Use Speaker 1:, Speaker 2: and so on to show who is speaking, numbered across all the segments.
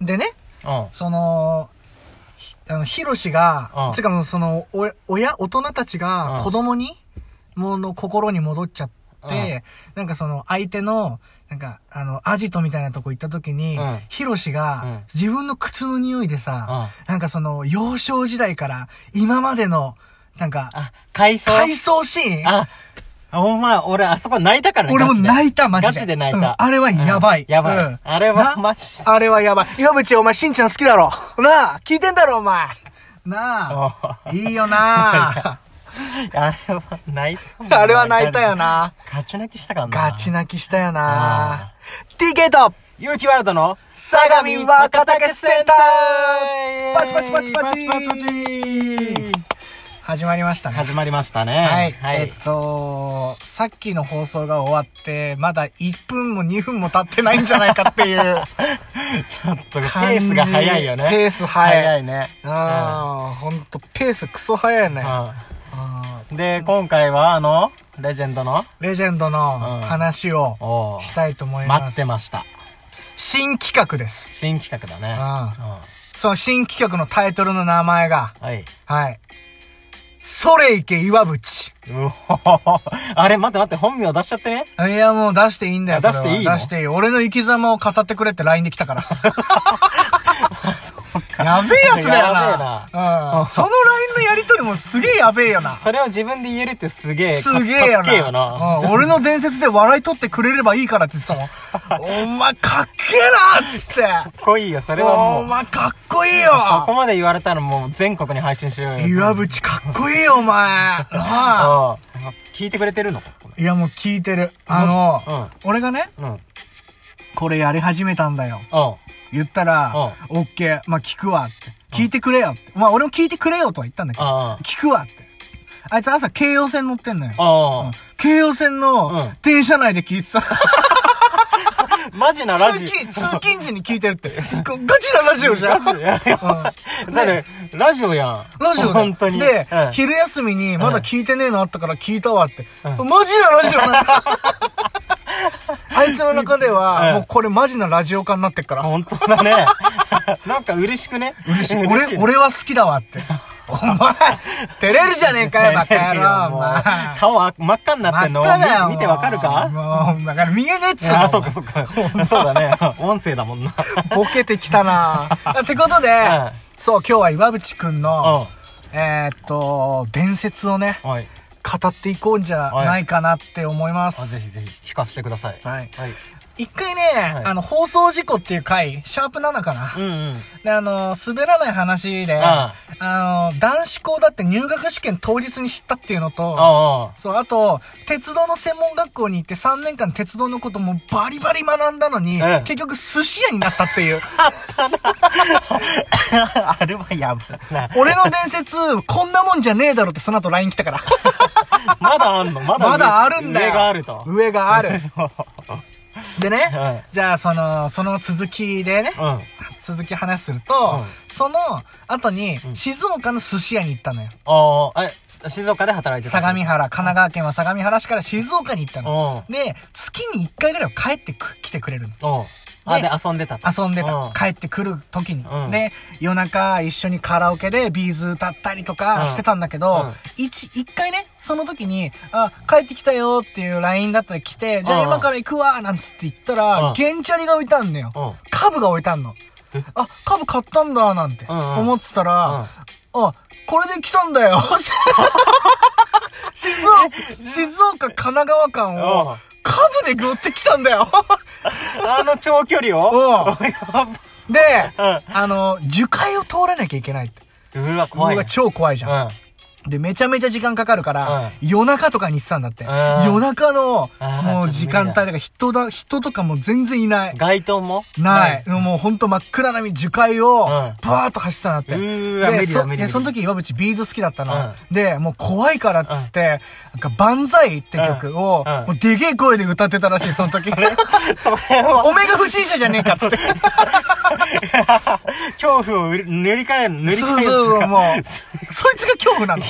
Speaker 1: でね、
Speaker 2: うん。
Speaker 1: その、ひあの、ヒロシが
Speaker 2: う、ん
Speaker 1: つうかもうその、お親、大人たち
Speaker 2: う
Speaker 1: が
Speaker 2: ん
Speaker 1: 子供に、もの心に戻っちゃって、なんかその、相手の、なんか、あの、アジトみたいなとこ行った時に
Speaker 2: うん、
Speaker 1: ヒロシ
Speaker 2: うん
Speaker 1: が、自分の靴の匂いでさ、なんかその、幼少時代から、今までの、なんか、
Speaker 2: あ、海藻
Speaker 1: 回想シーン
Speaker 2: あ、お前、俺、あそこ泣いたからね
Speaker 1: 俺も泣いた、マジで。
Speaker 2: ガチで泣い
Speaker 1: うん
Speaker 2: た。
Speaker 1: あれはやばい
Speaker 2: うん。やば
Speaker 1: う
Speaker 2: い
Speaker 1: ん。
Speaker 2: あれは、
Speaker 1: な
Speaker 2: マジで。
Speaker 1: あれはやばい。岩渕、お前、しんちゃん好きだろ。なあ、聞いてんだろ、お前。なあ、いいよ なあ。
Speaker 2: あれは、泣いた。
Speaker 1: あれは泣いたよ。な。
Speaker 2: ガチ泣きしたからな。
Speaker 1: ガチ泣きしたよな。TK と、
Speaker 2: 勇気ワールドの、
Speaker 1: 相模若竹センターパチパチパチパチ
Speaker 2: パチパチ
Speaker 1: 始まりましたね。
Speaker 2: 始まりましたね。
Speaker 1: はい。
Speaker 2: は
Speaker 1: え
Speaker 2: い
Speaker 1: っ。と、さっきの放送が終わって、まだ1分も2分も経ってないんじゃないかって いう。
Speaker 2: ちょっと、ペ
Speaker 1: 感じ
Speaker 2: ースが早いよね。
Speaker 1: ペース早い
Speaker 2: ね。
Speaker 1: ああ、ほんと、ペースクソ早いね。うん
Speaker 2: うんで、今回は、あの、レジェンドの、
Speaker 1: レジェンドの
Speaker 2: うん
Speaker 1: 話を
Speaker 2: おう
Speaker 1: したいと思います。
Speaker 2: 待ってました。
Speaker 1: 新企画です。
Speaker 2: 新企画だね。
Speaker 1: うん
Speaker 2: うん
Speaker 1: その新企画のタイトルの名前が、
Speaker 2: はい。
Speaker 1: はい。それいけ岩渕。
Speaker 2: うお あれ、待って待って、本名出しちゃってね。
Speaker 1: いや、もう出していいんだよ。
Speaker 2: あ出してい
Speaker 1: これ
Speaker 2: い
Speaker 1: は
Speaker 2: の
Speaker 1: 出していい。俺の生き様を語ってくれって LINE で来 たから。やべえやつだよ
Speaker 2: やべ
Speaker 1: な。
Speaker 2: えな
Speaker 1: うん。その LINE のやりとりもすげえやべえよな。
Speaker 2: それを自分で言えるってすげえ、
Speaker 1: すげえよ
Speaker 2: かっけえよな
Speaker 1: な。。うん俺の伝説で笑い取ってくれればいいからって言ってたも ん。お前かっけえなっつって。
Speaker 2: かっこいいよ、それは
Speaker 1: お
Speaker 2: もう。
Speaker 1: 前かっこいいよ
Speaker 2: そこまで言われたらもう全国に配信しようよ。
Speaker 1: 岩渕かっこいいよお前なあ
Speaker 2: うん聞いてくれてるのこれ
Speaker 1: いやもう聞いてるあの、俺がね
Speaker 2: うん。うん。
Speaker 1: これやり始めたんだよ言ったら「オッケーまあ聞くわ」って「聞いてくれよ」ってまあ俺も聞いてくれよとは言ったんだけど
Speaker 2: ああ
Speaker 1: 「聞くわ」ってあいつ朝京葉線乗ってんのよ
Speaker 2: あ
Speaker 1: 京葉線
Speaker 2: う
Speaker 1: の
Speaker 2: ん
Speaker 1: 電車内で聞いてた
Speaker 2: あ。マジなラ
Speaker 1: 通
Speaker 2: ジオ。
Speaker 1: 勤通勤時に聞いてるって こガチなラジオじゃん
Speaker 2: ラジオやばいだってラジオやん。
Speaker 1: ラジオで。
Speaker 2: 本当に。
Speaker 1: で、
Speaker 2: うん
Speaker 1: 昼休みにまだ聞いてねえのあったから聞いたわって。マジなラジオなん だ。あいつの中では、
Speaker 2: うん
Speaker 1: もうこれマジなラジオ化になってっから。
Speaker 2: 本当 だね。なんか嬉しくね。嬉し
Speaker 1: 俺、俺は好きだわ って。お前、照れるじゃねえかよ、バカ野郎、お前。
Speaker 2: 顔あ真っ赤になってんの
Speaker 1: 真っ赤だよ
Speaker 2: 見見てわかるか
Speaker 1: もう、だから見えねえっつうの
Speaker 2: あ、そうかそ うか。 そうだね。音声だもんな。
Speaker 1: ボケてきたなってことで、
Speaker 2: うん
Speaker 1: そう、今日は岩渕くんの、えーっと、伝説をね、
Speaker 2: はい。
Speaker 1: 語っていこうんじゃないかなって思いま
Speaker 2: あ
Speaker 1: す
Speaker 2: ぜ。ひぜひ、聞かせてください。
Speaker 1: はい
Speaker 2: はい。
Speaker 1: 一回ね、
Speaker 2: い
Speaker 1: あの、放送事故っていう回、シャープ7かな。
Speaker 2: うんうん。
Speaker 1: で、あの、滑らない話で、
Speaker 2: あ
Speaker 1: あの、男子校だって入学試験当日に知ったっていうのと、
Speaker 2: あ
Speaker 1: そう、あと、鉄道の専門学校に行って3年間鉄道のこともバリバリ学んだのに、
Speaker 2: うん
Speaker 1: 結局寿司屋になったっていう。
Speaker 2: あ。あれはやばいな。
Speaker 1: 俺の伝説、こんなもんじゃねえだろってその後 LINE 来たから。
Speaker 2: まだあんのまだ上
Speaker 1: まだあるんだよ。
Speaker 2: 上があると。
Speaker 1: 上があ る。でね、
Speaker 2: う
Speaker 1: じゃあその、その続きでね、
Speaker 2: うん。
Speaker 1: 続き話すると、
Speaker 2: うん
Speaker 1: その後に、静岡の寿司屋に行ったのよ。
Speaker 2: ああ、え、静岡で働いてた。
Speaker 1: 相模原、神奈川県は相模原市から静岡に行ったの。
Speaker 2: う
Speaker 1: で、月に1回ぐらいは帰ってく来てくれるの。
Speaker 2: おうあ、
Speaker 1: で
Speaker 2: で、遊んでたと。
Speaker 1: 遊んで
Speaker 2: う
Speaker 1: た。帰ってくる時に。
Speaker 2: うん
Speaker 1: で、夜中一緒にカラオケでビーズ歌ったりと
Speaker 2: う
Speaker 1: か
Speaker 2: ん
Speaker 1: してたんだけど、一、一回ね、その時に、あ、帰ってきたよっていう LINE だったら来て、じゃあ
Speaker 2: うん
Speaker 1: 今から行くわなんつって言った
Speaker 2: う
Speaker 1: ら、
Speaker 2: ん
Speaker 1: ゲンチャリが置いたんだよ
Speaker 2: うん。
Speaker 1: カブが置いたんの
Speaker 2: え。
Speaker 1: あ、カブ買ったんだなんて
Speaker 2: うんうん
Speaker 1: 思ってた
Speaker 2: う
Speaker 1: ら
Speaker 2: ん、
Speaker 1: あ、これで来たん だよ。静岡、静岡、神奈川間
Speaker 2: う
Speaker 1: を
Speaker 2: ん、
Speaker 1: カブで乗ってきたんだ よ。
Speaker 2: あの長距離を
Speaker 1: おう
Speaker 2: やば
Speaker 1: で、
Speaker 2: うん
Speaker 1: あの、樹海を通らなきゃいけないって。
Speaker 2: うわ、怖い。
Speaker 1: う
Speaker 2: う
Speaker 1: わ超怖いじゃん。
Speaker 2: ん。
Speaker 1: で、めちゃめちゃ時間かかるから、
Speaker 2: うん
Speaker 1: 夜中とかに行ってたんだって。
Speaker 2: うん
Speaker 1: 夜中の、
Speaker 2: あー
Speaker 1: もう
Speaker 2: ちょっと無理だ
Speaker 1: 時間帯だから人だ、人とかも全然いない。
Speaker 2: 街灯も
Speaker 1: ない。。もうほんと真っ暗な樹海を、バーっと走ってたんだって。
Speaker 2: うーわ無
Speaker 1: で
Speaker 2: 理だ
Speaker 1: そ
Speaker 2: 無理
Speaker 1: で、その時岩渕ビーズ好きだったの。
Speaker 2: う
Speaker 1: で、もう怖いからっつって、なんか万歳って曲を、
Speaker 2: うんうん
Speaker 1: もうでげえ声で歌ってたらしい、その 時。
Speaker 2: それは、
Speaker 1: おめえが不審者じゃねえかっつって。
Speaker 2: 恐怖を塗り替える、塗り
Speaker 1: そ
Speaker 2: 替
Speaker 1: う
Speaker 2: える
Speaker 1: そうそう、もう、
Speaker 2: す
Speaker 1: そいつが恐 怖なの。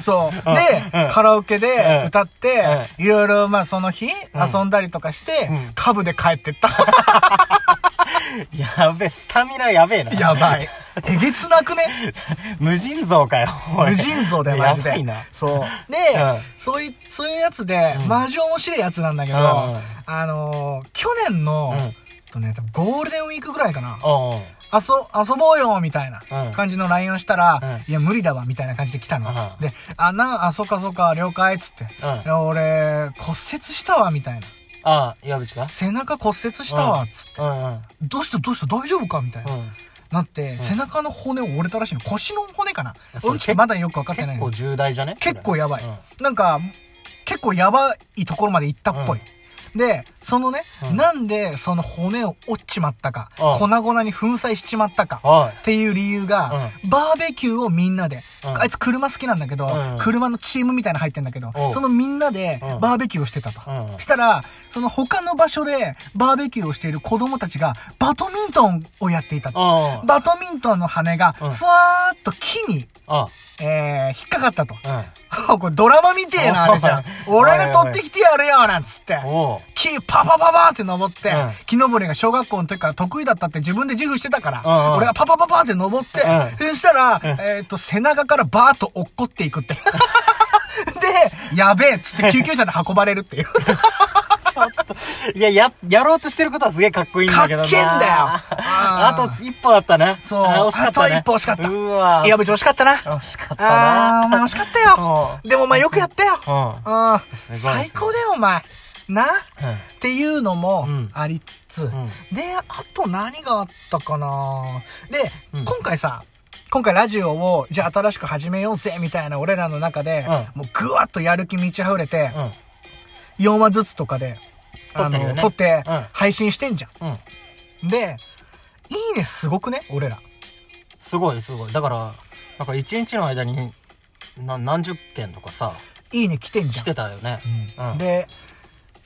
Speaker 1: そう。で
Speaker 2: うん、
Speaker 1: カラオケで歌って、いろいろ、まあその日、遊んだりとかして
Speaker 2: ん、
Speaker 1: 株で帰ってった。
Speaker 2: やべえ、スタミナ やべえな。
Speaker 1: やばい。。 えげつなくね
Speaker 2: 無尽蔵かよ、おい
Speaker 1: 無尽蔵だよ、マジで。
Speaker 2: やばいな。
Speaker 1: そう。で、
Speaker 2: うん
Speaker 1: そういう、そういうやつで、マジ面白いやつなんだけど、
Speaker 2: うん
Speaker 1: あのー去年の、
Speaker 2: うん
Speaker 1: えっとね、多分ゴールデンウィークぐらいかな。
Speaker 2: おうん。
Speaker 1: 遊、遊ぼうよ、みたいな
Speaker 2: うん
Speaker 1: 感じの LINE をしたら、
Speaker 2: う
Speaker 1: いや、無理だわ、みたいな感じで来たの。
Speaker 2: うん
Speaker 1: で、あ、な、あ、そっかそっか、了解、つって。
Speaker 2: うん
Speaker 1: いや俺、骨折したわ、みたいな。
Speaker 2: ああ、岩渕が
Speaker 1: 背中骨折したわ、つって。
Speaker 2: うんうん。うん。
Speaker 1: どうしたどうした大丈夫かみたいな。なって、背中の骨折れたらしいの。腰の骨かな
Speaker 2: やそれ
Speaker 1: 俺ちょっとまだよくわかってない
Speaker 2: 結
Speaker 1: の
Speaker 2: 構重大じゃね
Speaker 1: 結構やばい、
Speaker 2: うん
Speaker 1: なんか結構やばいところまで行ったっぽい、でそのね、
Speaker 2: うん
Speaker 1: なんでその骨を折っちまったか、
Speaker 2: うん
Speaker 1: 粉々に粉砕しちまったか、
Speaker 2: おい。
Speaker 1: っていう理由が、バーベキューをみんなで、
Speaker 2: うん
Speaker 1: あいつ車好きなんだけど、
Speaker 2: うん
Speaker 1: 車のチームみたいなの入ってんだけど、
Speaker 2: おう
Speaker 1: そのみんなで
Speaker 2: うん
Speaker 1: バーベキューをしてたと。
Speaker 2: うん
Speaker 1: したら、その他の場所でバーベキューをしている子供たちがバドミントンをやっていたと。
Speaker 2: あ
Speaker 1: バドミントンの羽がふ
Speaker 2: うん
Speaker 1: わーっと木に、
Speaker 2: あ。
Speaker 1: えー引っかかったと。
Speaker 2: あ
Speaker 1: これドラマみてえな、あれじゃん。
Speaker 2: おい
Speaker 1: 俺が取ってきてやるよ、なんつって
Speaker 2: うん。。おう。
Speaker 1: 木、パパパパって登って
Speaker 2: うん、
Speaker 1: 木登りが小学校の時から得意だったって自分で自負してたから
Speaker 2: うんう、ん
Speaker 1: 俺がパパパパって登って、
Speaker 2: う
Speaker 1: そしたら、えっと、背中からバーッと落っこっていくって。 で、やべえっつ って救急車で運ばれるっていう。
Speaker 2: ちょっと、いや、や、やろうとしてることはすげえかっこいいんだけど
Speaker 1: か
Speaker 2: な。
Speaker 1: っけえんだよ
Speaker 2: あ
Speaker 1: うん
Speaker 2: ーあと一歩だったね。
Speaker 1: そう。
Speaker 2: あー惜しかった
Speaker 1: あ
Speaker 2: ね。
Speaker 1: と一歩惜しかった。
Speaker 2: うわ
Speaker 1: いや、ぶち惜しかったな。
Speaker 2: 惜しかった
Speaker 1: あー、お
Speaker 2: な。
Speaker 1: 前惜しかったよ。
Speaker 2: う
Speaker 1: でもお前よくやったよ。うん
Speaker 2: うすごいですね
Speaker 1: 最高だよ、お前。な、
Speaker 2: うん
Speaker 1: っていうのも
Speaker 2: うん
Speaker 1: ありつつ、
Speaker 2: ん
Speaker 1: で、あと何があったかなで、
Speaker 2: うん
Speaker 1: 今回さ、今回ラジオを、じゃあ新しく始めようぜ、みたいな俺らの中で、
Speaker 2: うん
Speaker 1: もうぐわっとやる気満ち溢れて、
Speaker 2: ん。うん。
Speaker 1: 4話ずつとかで、
Speaker 2: 撮ってるよね
Speaker 1: 撮って
Speaker 2: うん、
Speaker 1: 配信してんじゃ
Speaker 2: う
Speaker 1: ん。
Speaker 2: ん。
Speaker 1: で、いいねすごくね俺ら。
Speaker 2: すごいすごい。だから、なんか一日の間に、な、何十件とかさ、
Speaker 1: いいね来てんじゃ
Speaker 2: 来
Speaker 1: ん。
Speaker 2: てたよね。うん。
Speaker 1: で、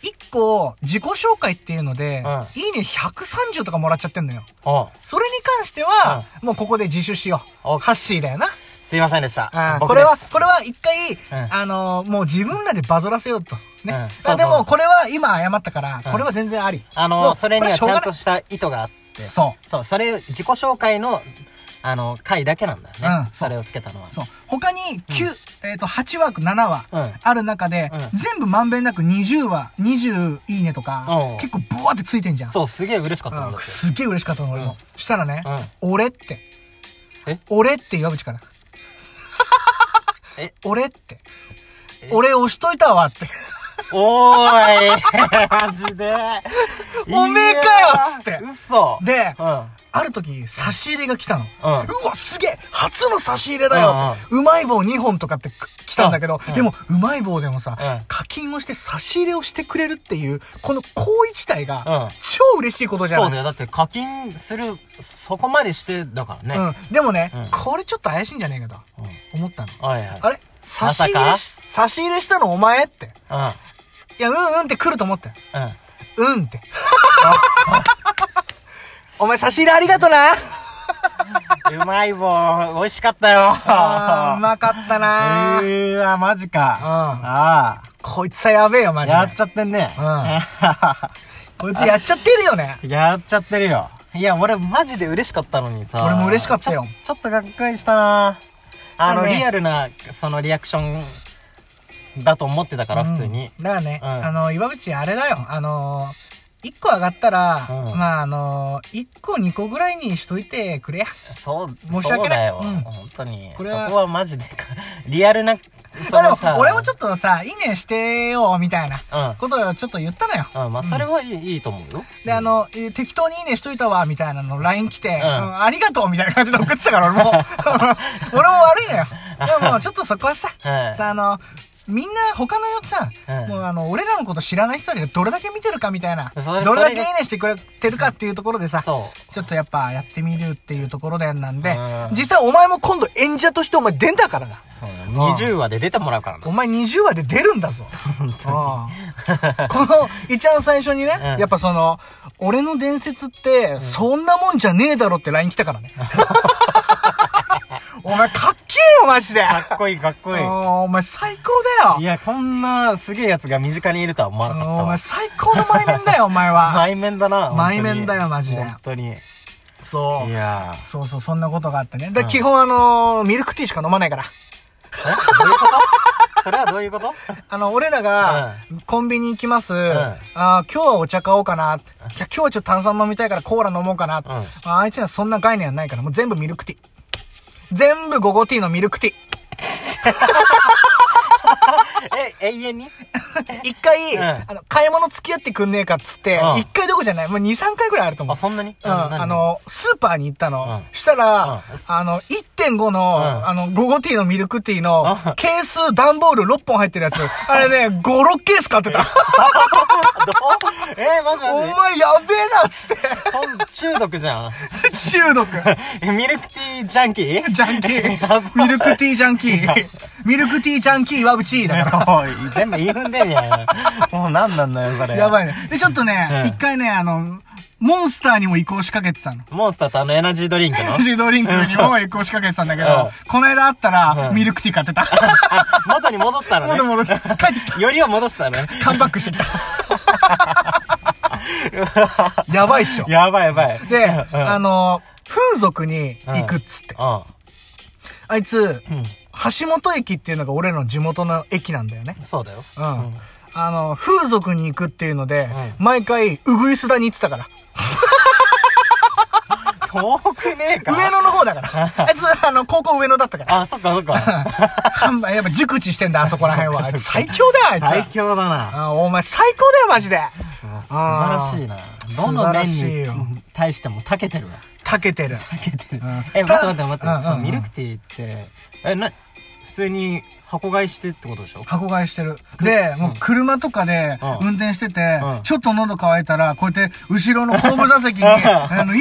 Speaker 1: 1個、自己紹介っていうので、
Speaker 2: う
Speaker 1: いいね130とかもらっちゃってんのよ。
Speaker 2: おう
Speaker 1: それに関しては、もうここで自首しよう。
Speaker 2: OK
Speaker 1: ハッシーだよな。
Speaker 2: すいませんでした。
Speaker 1: あー
Speaker 2: 僕
Speaker 1: これは
Speaker 2: です、
Speaker 1: これは一回、
Speaker 2: うん
Speaker 1: あのーもう自分らでバズらせようと。ね。
Speaker 2: うん
Speaker 1: あ
Speaker 2: そうそう
Speaker 1: でも、これは今謝ったから、これは全然あり。
Speaker 2: あ
Speaker 1: も
Speaker 2: の、
Speaker 1: う
Speaker 2: それにはち
Speaker 1: こ
Speaker 2: ゃ
Speaker 1: は
Speaker 2: んと
Speaker 1: しょ
Speaker 2: した意図があって。。
Speaker 1: そう
Speaker 2: そう、それ、自己紹介の、あの、回だけなんだよね。
Speaker 1: うん
Speaker 2: それをつけたのは。
Speaker 1: うがない。そう。他に9、えっ、と、8枠、7話
Speaker 2: うん
Speaker 1: ある中で、
Speaker 2: うん
Speaker 1: 全部まんべんなく20話、20いいねとか
Speaker 2: う、ん
Speaker 1: 結構ブワーってついてんじゃん。
Speaker 2: そう、すげえ嬉しかったん
Speaker 1: う
Speaker 2: だ
Speaker 1: ん
Speaker 2: って。
Speaker 1: すっげえ嬉しかったの、俺も。したらね、俺って。
Speaker 2: え
Speaker 1: 俺って岩渕から。
Speaker 2: え
Speaker 1: 俺って。俺押しといたわって。
Speaker 2: おーい マジで
Speaker 1: おめえかよっつって
Speaker 2: いやー嘘
Speaker 1: で、
Speaker 2: うん。うん。
Speaker 1: ある時、差し入れが来たの。
Speaker 2: うん
Speaker 1: わ、すげえ初の差し入れだよ、うまい棒2本とかって来たんだけど、
Speaker 2: うん
Speaker 1: でも、うまい棒でもさ、
Speaker 2: うん
Speaker 1: 課金をして差し入れをしてくれるっていう、この行為自体が、
Speaker 2: うん
Speaker 1: 超嬉しいことじゃない
Speaker 2: そうだよ。だって課金する、そこまでして、だからね。
Speaker 1: うん。でもね、
Speaker 2: うん
Speaker 1: これちょっと怪しいんじゃねえかと、思ったの。
Speaker 2: はいはい。
Speaker 1: あれ差し入れ
Speaker 2: ま
Speaker 1: し、差し入れしたのお前って。いや、うんうんって来ると思ったよ。
Speaker 2: うん。うん。
Speaker 1: うんって。 お前差し入れありがと な。
Speaker 2: うまい棒、美味しかったよ。
Speaker 1: あーうまかったな
Speaker 2: うーわ、マジか。
Speaker 1: うん
Speaker 2: あ
Speaker 1: こいつはやべえよ、マ
Speaker 2: あ。
Speaker 1: ジで
Speaker 2: や。っちゃってんね。
Speaker 1: こいつやっちゃってるよね。
Speaker 2: うん。やっちゃってるよ。いや、俺マジで嬉しかったのにさ。
Speaker 1: 俺も嬉しかったよ
Speaker 2: ちょ。ちょっとがっかりしたなあの、
Speaker 1: だね
Speaker 2: リアルな、そのリアクションだと思ってたから、普通に。
Speaker 1: だからね、
Speaker 2: うん
Speaker 1: あの、岩渕あれだよ。あのー、1個上がったら、
Speaker 2: うん
Speaker 1: まああのー、1個2個ぐらいにしといてくれや。
Speaker 2: そう、
Speaker 1: 申し訳ない
Speaker 2: そうだよ。
Speaker 1: うん
Speaker 2: 本当に。
Speaker 1: これは
Speaker 2: そこはマジでか、リアルな、
Speaker 1: まあでも、俺もち
Speaker 2: ょ
Speaker 1: ょっとさ、いいねしてよ、みたいな
Speaker 2: うん
Speaker 1: ことをちょっと言ったのよ。
Speaker 2: っと、うん、まあ、それはいい,、いいと思うよ。
Speaker 1: で、あの、えー適当にいいねしといたわ、みたいなの LINE 来て、うん
Speaker 2: ん
Speaker 1: ありがとうみたいな感じで送ってたから、 俺も。俺も悪いのよ。でももうちょっとそこはさ、
Speaker 2: はい
Speaker 1: さ、あの、みんな他のさ、
Speaker 2: うん
Speaker 1: もうあの、俺らのこと知らない人たちがどれだけ見てるかみたいな、
Speaker 2: それ
Speaker 1: どれだけい
Speaker 2: そ
Speaker 1: い
Speaker 2: れ
Speaker 1: ねしてくれてるかっていうところでさ、
Speaker 2: そう。
Speaker 1: ちょっとやっぱやってみるっていうところでなんで
Speaker 2: うん、
Speaker 1: 実際お前も今度演者としてお前出んだからな。
Speaker 2: そうだよ20話で出てもらうからな。
Speaker 1: お前20話で出るんだぞ。うんこの、一番最初にね、
Speaker 2: うん
Speaker 1: やっぱその、俺の 伝説って、そんなもんじゃねえだろって LINE 来たからね。おお前かっけえよ、マジで。
Speaker 2: かっこいい、かっこいい。
Speaker 1: お前最高だ
Speaker 2: い
Speaker 1: よ。
Speaker 2: や、こんなすげえやつが身近にいるとは思わなかった
Speaker 1: お前
Speaker 2: わ。
Speaker 1: 最高の前面だよ、お前は。
Speaker 2: 内面だな。本当に
Speaker 1: 内面だよマジで
Speaker 2: 本当に。い
Speaker 1: そう。
Speaker 2: や
Speaker 1: そうそう、そんなことがあってね。だから基本あのーミルクティーしか飲まないから。
Speaker 2: ー。えどういうこと それはどういうこと
Speaker 1: あの、俺らが、コンビニ行きます。ああー今日はお茶買おうかな。いや、今日はちょっと炭酸飲みたいからコーラ飲もうかな。あーあいつらそんな概念はないから、もう全部ミルクティー。全部ゴゴティーのミルクティー。
Speaker 2: え、永遠に
Speaker 1: 一回、
Speaker 2: うん
Speaker 1: あの、買い物付き合ってくんねえかっつって
Speaker 2: う、ん
Speaker 1: 一、回どこじゃないもう二、三回ぐらいあると思
Speaker 2: あ、
Speaker 1: う。
Speaker 2: そんなに
Speaker 1: うん、あ、の、スーパーに行ったの。
Speaker 2: うん
Speaker 1: したら、
Speaker 2: うん
Speaker 1: あの、1.5の、
Speaker 2: ん
Speaker 1: あの、ゴゴティーのミルクティーの、
Speaker 2: うん
Speaker 1: ケース、段ボール6本入ってるやつ。あれね、5、6ケース 買ってた。
Speaker 2: 何 何えー、マジ
Speaker 1: お前
Speaker 2: マ
Speaker 1: や
Speaker 2: ジ
Speaker 1: べえなっつって。
Speaker 2: そん中毒じゃん。
Speaker 1: 中毒。
Speaker 2: えミルクティージャンキー
Speaker 1: ジャンキ
Speaker 2: やば
Speaker 1: ー。ミルクティージャンキー。ミルクティージャンキー岩渕だから。
Speaker 2: おい、全部言い踏んでんや ん。もう何なんだよ、それ。
Speaker 1: やば
Speaker 2: い。
Speaker 1: いね。で、ちょっとね、
Speaker 2: うん
Speaker 1: 一回ね、あの、モンスターにも移行しかけてたの。
Speaker 2: モンスターとあのエナジードリンク の
Speaker 1: エナジードリンクにも移行しかけてたんだけど、
Speaker 2: う
Speaker 1: この間会ったら、
Speaker 2: うん
Speaker 1: ミルクティー買 ってた。
Speaker 2: あ、元に戻ったのね。
Speaker 1: 戻って戻って、帰ってきた。
Speaker 2: よりを戻したね。
Speaker 1: カムバックしてき た。やばいっしょ。
Speaker 2: やばいやばい。
Speaker 1: で、
Speaker 2: うん
Speaker 1: あの、風俗に行くっつって。
Speaker 2: う
Speaker 1: あいつ、
Speaker 2: ん。うん。
Speaker 1: 橋本駅っていうのが俺らの地元の駅なんだよね。
Speaker 2: そうだよ。
Speaker 1: うん。あの、風俗に行くっていうので、
Speaker 2: う
Speaker 1: 毎回、うぐいすだに行ってたから。
Speaker 2: 遠くねえか。
Speaker 1: 上野の方だ から。あいつ、あの、高校上野だったから。
Speaker 2: あ、そっかそっか。
Speaker 1: 看板やっぱ熟知してんだ、あそこら辺は。あいつ最強だよ、あい
Speaker 2: 最
Speaker 1: つ。
Speaker 2: 強だな。
Speaker 1: あお前最高だよ、マジで。
Speaker 2: 素晴らしいな。どの面
Speaker 1: 素晴らしいよ
Speaker 2: に対しても長けてるわ。
Speaker 1: たけてる。
Speaker 2: 長けてる
Speaker 1: うん。
Speaker 2: え、待って待っ
Speaker 1: うん
Speaker 2: て待
Speaker 1: うんう
Speaker 2: っ
Speaker 1: ん
Speaker 2: て。そのミルクティーって、え、な、普通に箱買いしてってことでしょ
Speaker 1: 箱買いしてる。で、もう車とかで
Speaker 2: うん
Speaker 1: 運転してて
Speaker 2: う、ん
Speaker 1: ちょっと喉乾いたら、こうやって後ろの後部座席に、
Speaker 2: うん
Speaker 1: あの、